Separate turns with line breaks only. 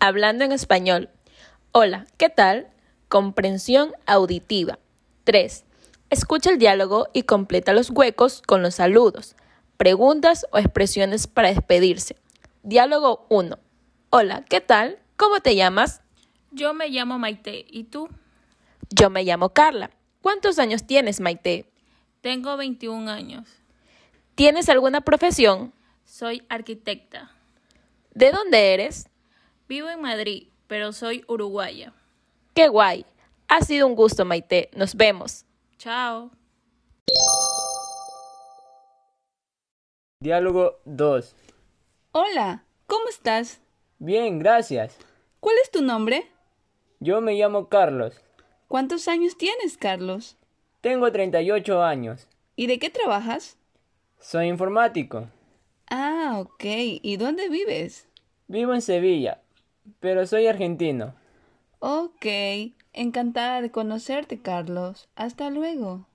Hablando en español. Hola, ¿qué tal? Comprensión auditiva. 3. Escucha el diálogo y completa los huecos con los saludos, preguntas o expresiones para despedirse. Diálogo 1. Hola, ¿qué tal? ¿Cómo te llamas?
Yo me llamo Maite. ¿Y tú?
Yo me llamo Carla. ¿Cuántos años tienes, Maite?
Tengo 21 años.
¿Tienes alguna profesión?
Soy arquitecta.
¿De dónde eres?
Vivo en Madrid, pero soy uruguaya.
¡Qué guay! Ha sido un gusto, Maite. Nos vemos.
Chao.
Diálogo 2.
Hola, ¿cómo estás?
Bien, gracias.
¿Cuál es tu nombre?
Yo me llamo Carlos.
¿Cuántos años tienes, Carlos?
Tengo 38 años.
¿Y de qué trabajas?
Soy informático.
Ah, ok. ¿Y dónde vives?
Vivo en Sevilla, pero soy argentino.
Ok. Encantada de conocerte, Carlos. Hasta luego.